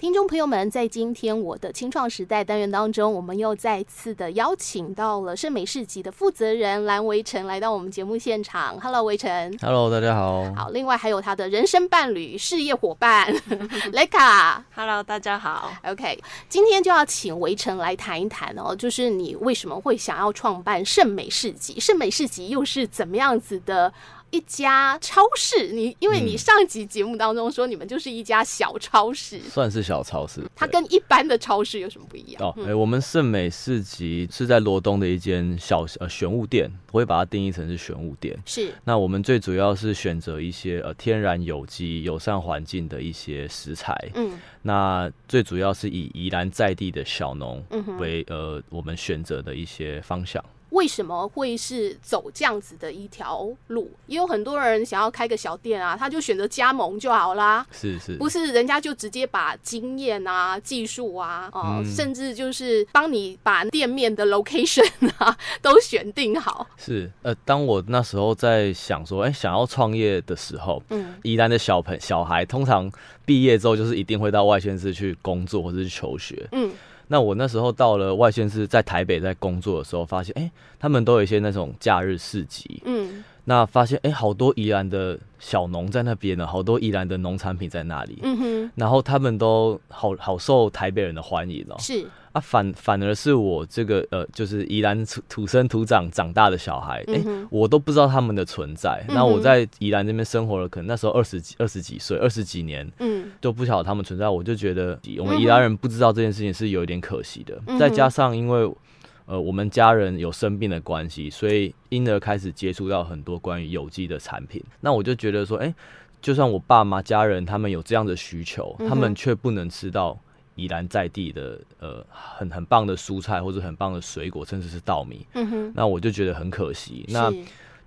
听众朋友们，在今天我的清创时代单元当中，我们又再次的邀请到了盛美市集的负责人蓝维晨来到我们节目现场。Hello，维晨。 Hello，大家好。好，另外还有他的人生伴侣、事业伙伴雷卡。 Hello，大家好。 OK，今天就要请维晨来谈一谈哦，就是你为什么会想要创办盛美市集？盛美市集又是怎么样子的？一家超市，你因为你上集节目当中说你们就是一家小超市，算是小超市。它跟一般的超市有什么不一样？哦，哎、我们圣美市集是在罗东的一间小呃玄物店，我会把它定义成是玄物店。是那我们最主要是选择一些呃天然有机、友善环境的一些食材。嗯那最主要是以宜兰在地的小农嗯哼，为呃我们选择的一些方向。为什么会是走这样子的一条路？也有很多人想要开个小店啊，他就选择加盟就好啦。是是，不是人家就直接把经验啊、技术啊，哦、嗯甚至就是帮你把店面的 location 啊都选定好。是呃，当我那时候在想说，哎、想要创业的时候，嗯，宜兰的小朋小孩通常毕业之后就是一定会到外县市去工作或者是求学。嗯，那我那时候到了外县市，在台北在工作的时候，发现哎、诶他们都有一些那种假日市集。嗯那发现哎、诶好多宜兰的小农在那边呢，好多宜兰的农产品在那里。嗯哼，然后他们都好好受台北人的欢迎哦、是啊反反而是我这个呃，就是宜兰土土生土长长大的小孩，哎、嗯哼我都不知道他们的存在。嗯那我哼在宜兰这边生活了，可能那时候二十几二十几岁，二十几年，嗯都不晓得他们存在，我就觉得我嗯们哼宜兰人不知道这件事情是有一点可惜的。嗯哼再加上因为呃我们家人有生病的关系，所以因而开始接触到很多关于有机的产品。那我就觉得说，哎、就算我爸妈家人他们有这样的需求，嗯哼他们却不能吃到。宜兰在地的呃很很棒的蔬菜或者很棒的水果，甚至是稻米，嗯哼，那我就觉得很可惜。那是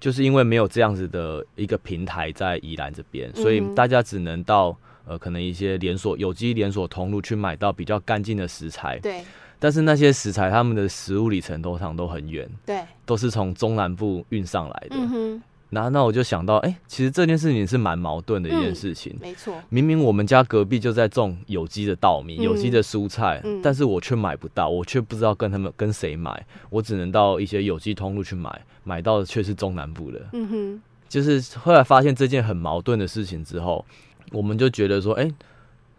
就是因为没有这样子的一个平台在宜兰这边，所以嗯哼大家只能到呃可能一些连锁有机连锁通路去买到比较干净的食材，对但是那些食材他们的食物里程通常都很远，对，都是从中南部运上来的。嗯哼，然后那我就想到，哎、其实这件事情是蛮矛盾的一件嗯事情。没错，明明我们家隔壁就在种有机的稻米、嗯有机的蔬菜，嗯但是我却买不到，我却不知道跟他们跟谁买，我只能到一些有机通路去买，买到的却是中南部的。嗯哼，就是后来发现这件很矛盾的事情之后，我们就觉得说，哎、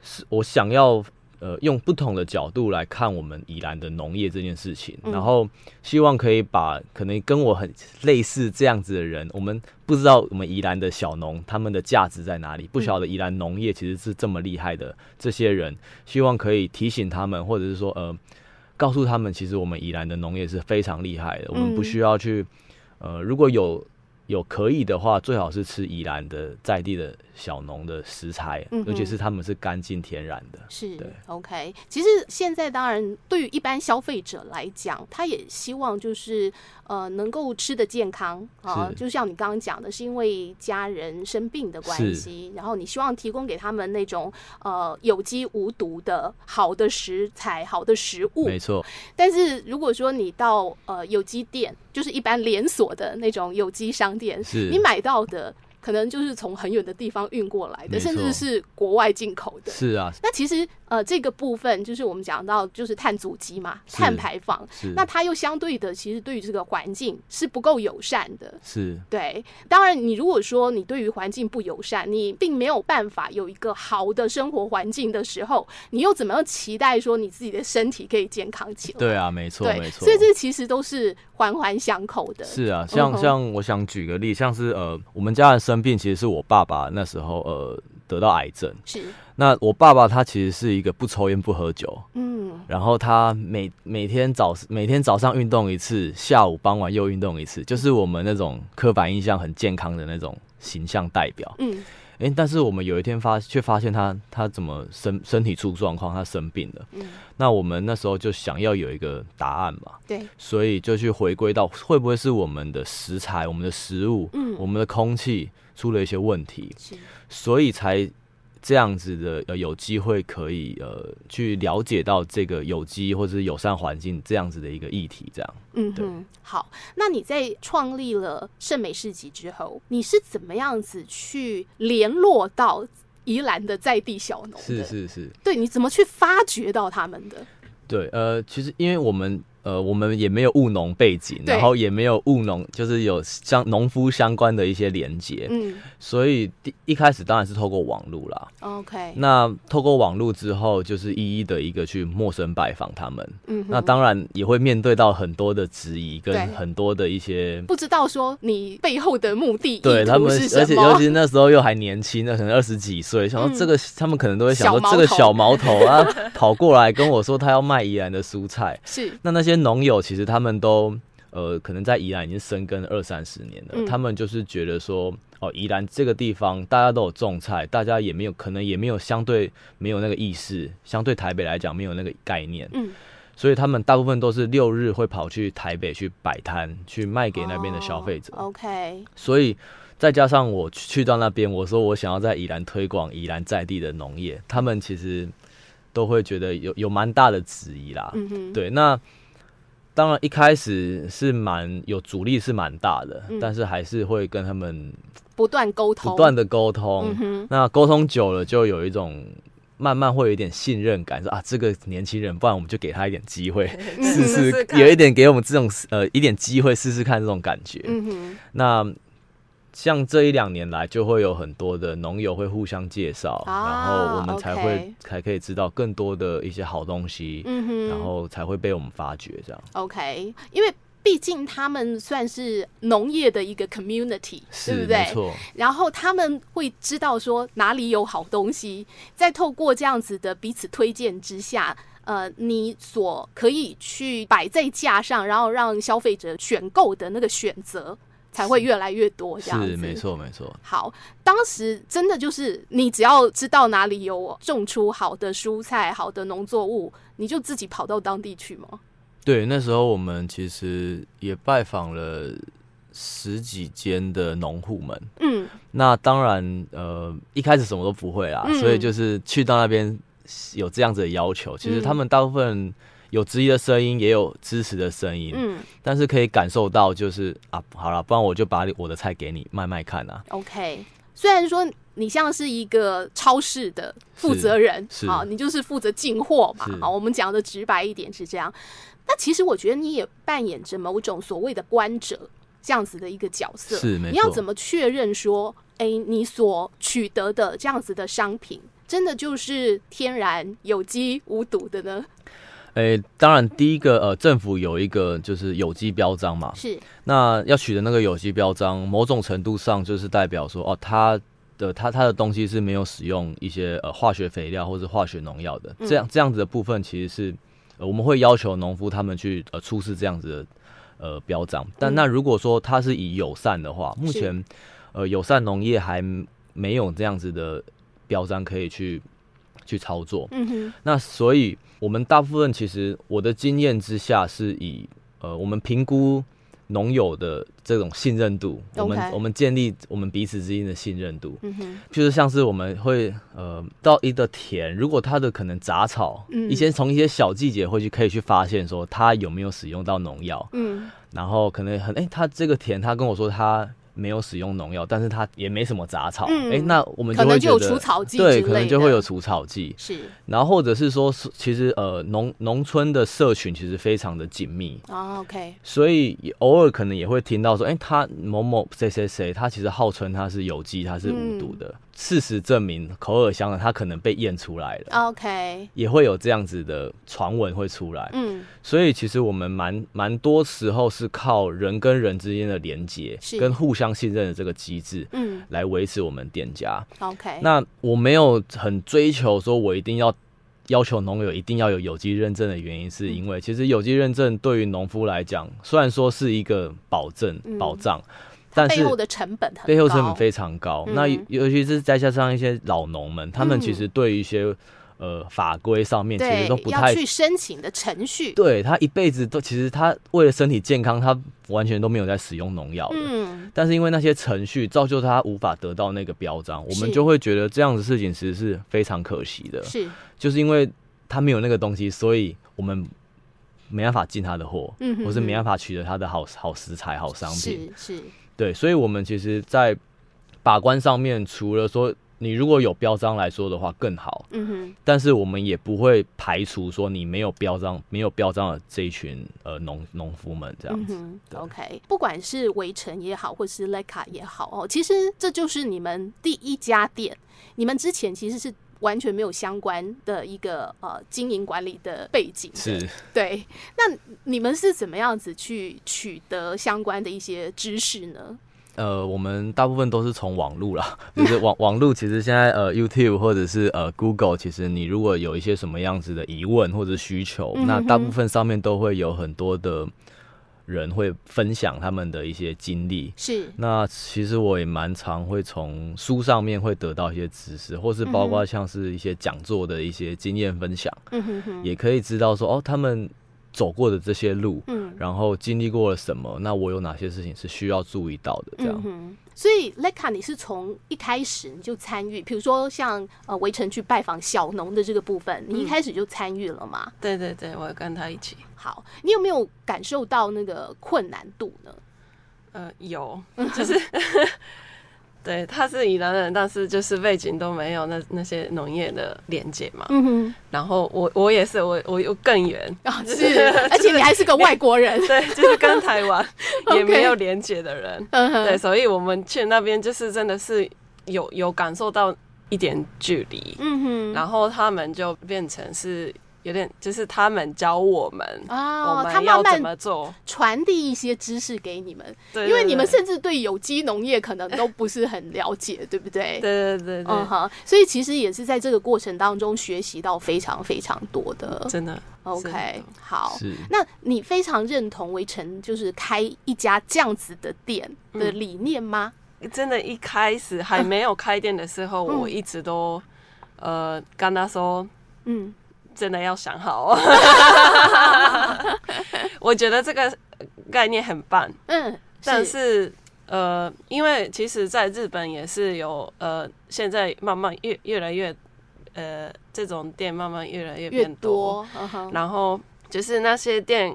是我想要呃用不同的角度来看我们宜兰的农业这件事情，嗯然后希望可以把可能跟我很类似这样子的人，我们不知道我们宜兰的小农他们的价值在哪嗯里，不晓得宜兰农业其实是这么厉害的这些人，希望可以提醒他们，或者是说呃。告诉他们，其实我们宜兰的农业是非常厉害的，我们不嗯需要去，呃，如果有有可以的话，最好是吃宜兰的在地的小农的食材，嗯哼尤其是他们是干净天然的。是对 OK。其实现在当然对于一般消费者来讲，他也希望就是呃能够吃的健康啊、是就像你刚刚讲的，是因为家人生病的关是系，然后你希望提供给他们那种呃有机无毒的好的食材、好的食物。没错，但是如果说你到呃有机店，就是一般连锁的那种有机商店，是你买到的可能就是从很远的地方运过来的，没错甚至是国外进口的。是啊，那其实呃，这个部分就是我们讲到就是碳足迹嘛，是碳排放，是那它又相对的，其实对于这个环境是不够友善的。是对，当然，你如果说你对于环境不友善，你并没有办法有一个好的生活环境的时候，你又怎么样期待说你自己的身体可以健康起来？对啊，没错，对，没错所。以这其实都是环环相扣的。是啊，像哼像我想举个例，像是呃，我们家人生病，其实是我爸爸那时候呃得到癌症。是，那我爸爸他其实是一个不抽烟不喝酒，嗯然后他每每天早每天早上运动一次，下午傍晚又运动一次，就是我们那种刻板印象很健康的那种形象代表。嗯哎、但是我们有一天发却发现他他怎么身身体出状况，他生病了。嗯，那我们那时候就想要有一个答案嘛，对，所以就去回归到会不会是我们的食材、我们的食物、嗯我们的空气出了一些问题，是，所以才这样子的呃有机会可以呃去了解到这个有机或者是友善环境这样子的一个议题，这样。嗯对哼，好，那你在创立了圣美市集之后，你是怎么样子去联络到宜兰的在地小农的，是是是，对，你怎么去发掘到他们的？对，呃，其实因为我们呃，我们也没有务农背景，对然后也没有务农，就是有相农夫相关的一些连接，嗯所以第一开始当然是透过网络啦。 ，OK，那透过网络之后，就是一一的一个去陌生拜访他们，嗯哼，那当然也会面对到很多的质疑对跟很多的一些。不知道说你背后的目的意对他图们是，而什且尤么其？是那时候又还年轻，那可能二十几岁，想嗯说这个、他们可能都会想小说毛这个头小毛头啊跑过来跟我说他要卖宜兰的蔬菜，是那那些农友其实他们都呃，可能在宜兰已经生根二三十年了，嗯他们就是觉得说，哦，宜兰这个地方大家都有种菜，大家也没有可能也没有相对没有那个意识，相对台北来讲没有那个概念，嗯，所以他们大部分都是六日会跑去台北去摆摊，去卖 给那边的消费者，哦 OK，所以。再加上我去去到那边，我说我想要在宜兰推广宜兰在地的农业，他们其实都会觉得有有蛮大的质疑啦。嗯哼，啊对，那当然一开始是蛮有阻力，是蛮大的，嗯但是还是会跟他们不断沟通，不断的沟通嗯。 哼，那沟通久了，就有一种慢慢会有一点信任感，说啊，这个年轻人，不然我们就给他一点机会试试试，看有一点给我们这种呃一点机会试试看这种感觉。嗯哼，那像这一两年来，就会有很多的农友会互相介绍，然后我啊们才会 OK 才可以知道更多的一些好东西，嗯哼，然后才会被我们发掘这样。 OK，因为毕竟他们算是农业的一个 community，对是不没对？错，然后他们会知道说哪里有好东西，再透过这样子的彼此推荐之下，呃，你所可以去摆在架上，然后让消费者选购的那个选择才会越来越多，这样子是没。错没错。好，当时真的就是你只要知道哪里有种出好的蔬菜、好的农作物，你就自己跑到当地去吗？对，那时候我们其实也拜访了十几间的农户们。嗯，那当然，呃，一开始什么都不会啦，嗯所以就是去到那边有这样子的要求，其实嗯他们大部分有质疑的声音，也有支持的声音，嗯但是可以感受到就是啊，好了，不然我就把我的菜给你卖卖看啊。 ，OK。虽然说你像是一个超市的负责人，是好，你就是负责进货嘛是，好，我们讲的直白一点是这样。那其实我觉得你也扮演着某种所谓的观者这样子的一个角色，是没你要错怎么确认说，哎，你所取得的这样子的商品，真的就是天然有机无毒的呢？诶、当然第一个呃，政府有一个就是有机标章嘛，是，那要取得那个有机标章，某种程度上就是代表说，哦，它的它它的东西是没有使用一些呃化学肥料或是化学农药的，嗯这样这样子的部分其实是、呃我们会要求农夫他们去呃出示这样子的呃标章。但嗯那如果说它是以友善的话，目是前呃友善农业还没有这样子的标章可以去去操作。嗯哼，那所以我们大部分其实我的经验之下是以呃我们评估农友的这种信任度，我 OK 们我们建立我们彼此之间的信任度，嗯哼，就是像是我们会呃到一个田，如果它的可能杂草，嗯一些从一些小季节会去可以去发现说它有没有使用到农药，嗯，然后可能很哎、它这个田他跟我说它。没有使用农药，但是它也没什么杂草，哎、嗯那我们可就能会就有觉除得草剂对，之可能类就会的有除草剂。是然后或者是说，是其实呃，农农村的社群其实非常的紧密，啊，OK，所以也偶尔可能也会听到说，哎，他某某谁谁谁，他其实号称他是有机，他是无毒的。嗯事实证明，口耳相传，他可能被验出来了，啊，OK，也会有这样子的传闻会出来。嗯，所以其实我们蛮蛮多时候是靠人跟人之间的连接是，跟互相信任的这个机制。嗯来维持我们店家， ，OK，那我没有很追求说我一定要要求农友一定要有有机认证的原因，嗯是因为其实有机认证对于农夫来讲，虽然说是一个保证嗯保障，但背是后的成本很高，背后成本非常高。嗯那尤其是再加上一些老农们，他们其实对于一些呃法规上面其嗯对实都不要太去申请的程序，对他一辈子都其实他为了身体健康，他完全都没有在使用农药的。嗯，但是因为那些程序造就他无法得到那个标章，我们是就会觉得这样的事情其实是非常可惜的，是，就是因为他没有那个东西，所以我们没办法进他的货，嗯哼或是没办法法取得他的好好食材、好商品。是是，对，所以我们其实，在把关上面，除了说你如果有标章来说的话更好，嗯哼，但是我们也不会排除说你没有标章、没有标章的这一群呃农农夫们这样嗯子。哼对，OK，不管是围城也好，或是 Leica 也好哦，其实这就是你们第一家店，你们之前其实是完全没有相关的一个呃经营管理的背景的，是，对。那你们是怎么样子去取得相关的一些知识呢？呃，我们大部分都是从网络啦， 就是网网络。其实现在呃，YouTube 或者是呃 Google，其实你如果有一些什么样子的疑问或者需求，嗯哼那大部分上面都会有很多的人会分享他们的一些经历。是，那其实我也蛮常会从书上面会得到一些知识，或是包括像是一些讲座的一些经验分享，嗯哼哼，也可以知道说哦，他们走过的这些路，嗯。然后经历过了什么，那我有哪些事情是需要注意到的，这样嗯。哼，所以 Leica 你是从一开始你就参与，比如说像呃围城去拜访小农的这个部分，你一开始就参与了吗？对对对，我跟他一起。嗯好，你有没有感受到那个困难度呢？呃， 有，就是 对，他是宜兰人，但是就是背景都没有那那些农业的连接嘛。嗯然后我我也是，我我又更远， 哼，啊、是， 而且你还是个外国人，对，就是跟台湾 OK 也没有连接的人。嗯对，哼，所以我们去那边就是真的是有有感受到一点距离， 嗯哼，然后他们就变成是有点，就是他们教我们，哦我他慢们要慢怎么做，传递一些知识给你们，对因为你们对甚至对有机农业可能都不是很了解，对不对？ 对对对对嗯哼，所以其实也是在这个过程当中学习到非常非常多的。真的 OK，好，是，那你非常认同围城就是开一家这样子的店的嗯理念吗？真的，一开始还没有开店的时候，嗯我一直都呃跟他说，嗯真的要想好、 哦。我觉得这个概念很棒，嗯，但是呃，因为其实在日本也是有呃，现在慢慢越越来越呃，这种店慢慢越来越越变多，嗯哼然后就是那些店，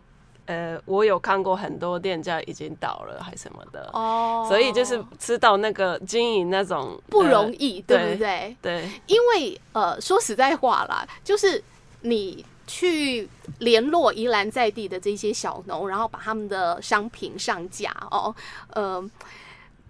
呃，我有看过很多店家已经倒了还什么的，哦，所以就是知道那个经营那种不容易。易，对对不对？对因为呃，说实在话啦，就是你去联络宜兰在地的这些小农，然后把他们的商品上架哦，呃，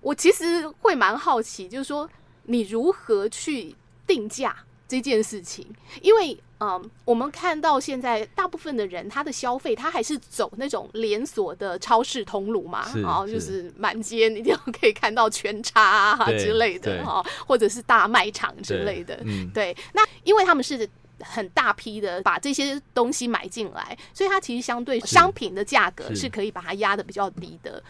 我其实会蛮好奇，就是说你如何去定价这件事情，因为。嗯，我们看到现在大部分的人，他的消费他还是走那种连锁的超市通路嘛，是哦，就是是满街你就可以看到全叉啊对之类的对哦，或者是大卖场 之对类的。嗯，对，那因为他们是很大批的把这些东西买进来，所以它其实相对商品的价格是是可以把它压的比较低的。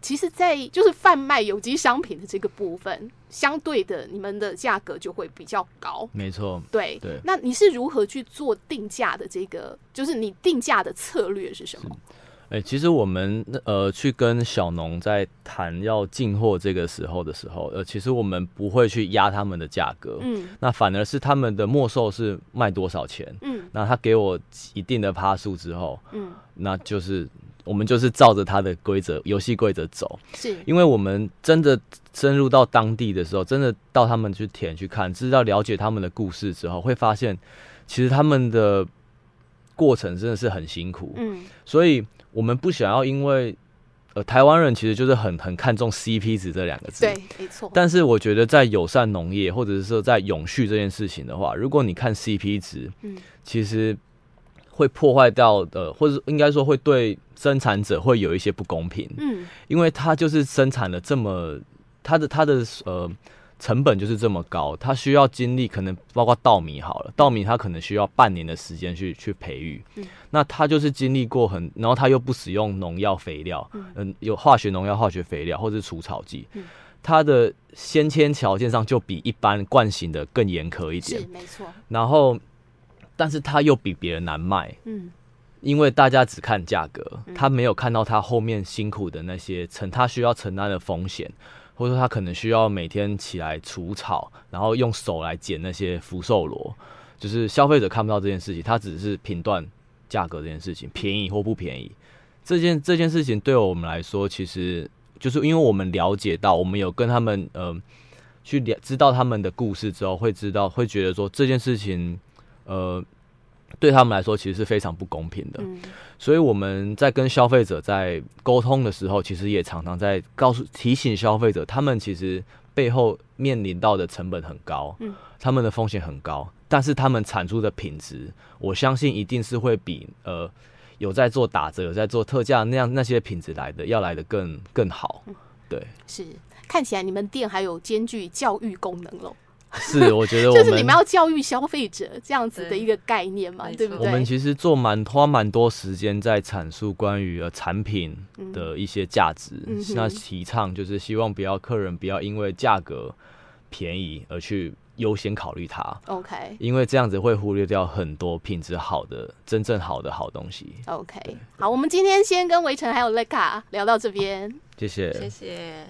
其实，在就是贩卖有机商品的这个部分，相对的你们的价格就会比较高。没错，对，对那你是如何去做定价的？这个就是你定价的策略是什么？哎、其实我们呃去跟小农在谈要进货这个时候的时候，呃，其实我们不会去压他们的价格，嗯那反而是他们的末售是卖多少钱，嗯那他给我一定的趴数之后，嗯，那就是我们就是照着他的规则、游戏规则走，是，因为我们真的深入到当地的时候，真的到他们去田去看，知道了解他们的故事之后，会发现其实他们的过程真的是很辛苦，嗯所以我们不想要因为呃台湾人其实就是很很看重 CP 值这两个字，对，没错，但是我觉得在友善农业或者是说在永续这件事情的话，如果你看 CP 值，嗯其实会破坏到呃，或者应该说会对生产者会有一些不公平，嗯因为它就是生产了这么它的它的呃。成本就是这么高，它需要经历可能包括稻米好了，稻米它可能需要半年的时间去去培育，嗯那它就是经历过很，然后它又不使用农药肥料，嗯嗯、有化学农药、化学肥料或者是除草剂，嗯它的先天条件上就比一般惯性的更严苛一是点，没错，然后，但是它又比别人难卖，嗯因为大家只看价格，他没有看到他后面辛苦的那些承他需要承担的风险，或者说他可能需要每天起来除草，然后用手来捡那些福寿螺，就是消费者看不到这件事情，他只是评断价格这件事情便宜或不便宜。这件这件事情对我们来说，其实就是因为我们了解到，我们有跟他们呃去了知道他们的故事之后，会知道会觉得说这件事情，呃，对他们来说其实是非常不公平的。嗯所以我们在跟消费者在沟通的时候，其实也常常在告诉提醒消费者，他们其实背后面临到的成本很高，嗯他们的风险很高，但是他们产出的品质，我相信一定是会比呃有在做打折、有在做特价那样那些品质来的要来的更 更好。对，是看起来你们店还有兼具教育功能喽，是我觉得我就们是你们要教育消费者这样子的对一个概念嘛，没对不我错们对？其实做蛮花蛮多时间在阐述关于呃产品的一些价值，嗯哼那提倡就是希望不要客人不要因为价格便宜而去优先考虑它， OK 因为这样子会忽略掉很多品质好的、真正好的好东西。 OK，好，我们今天先跟围城还有 Leica 聊到这边。谢谢，谢谢。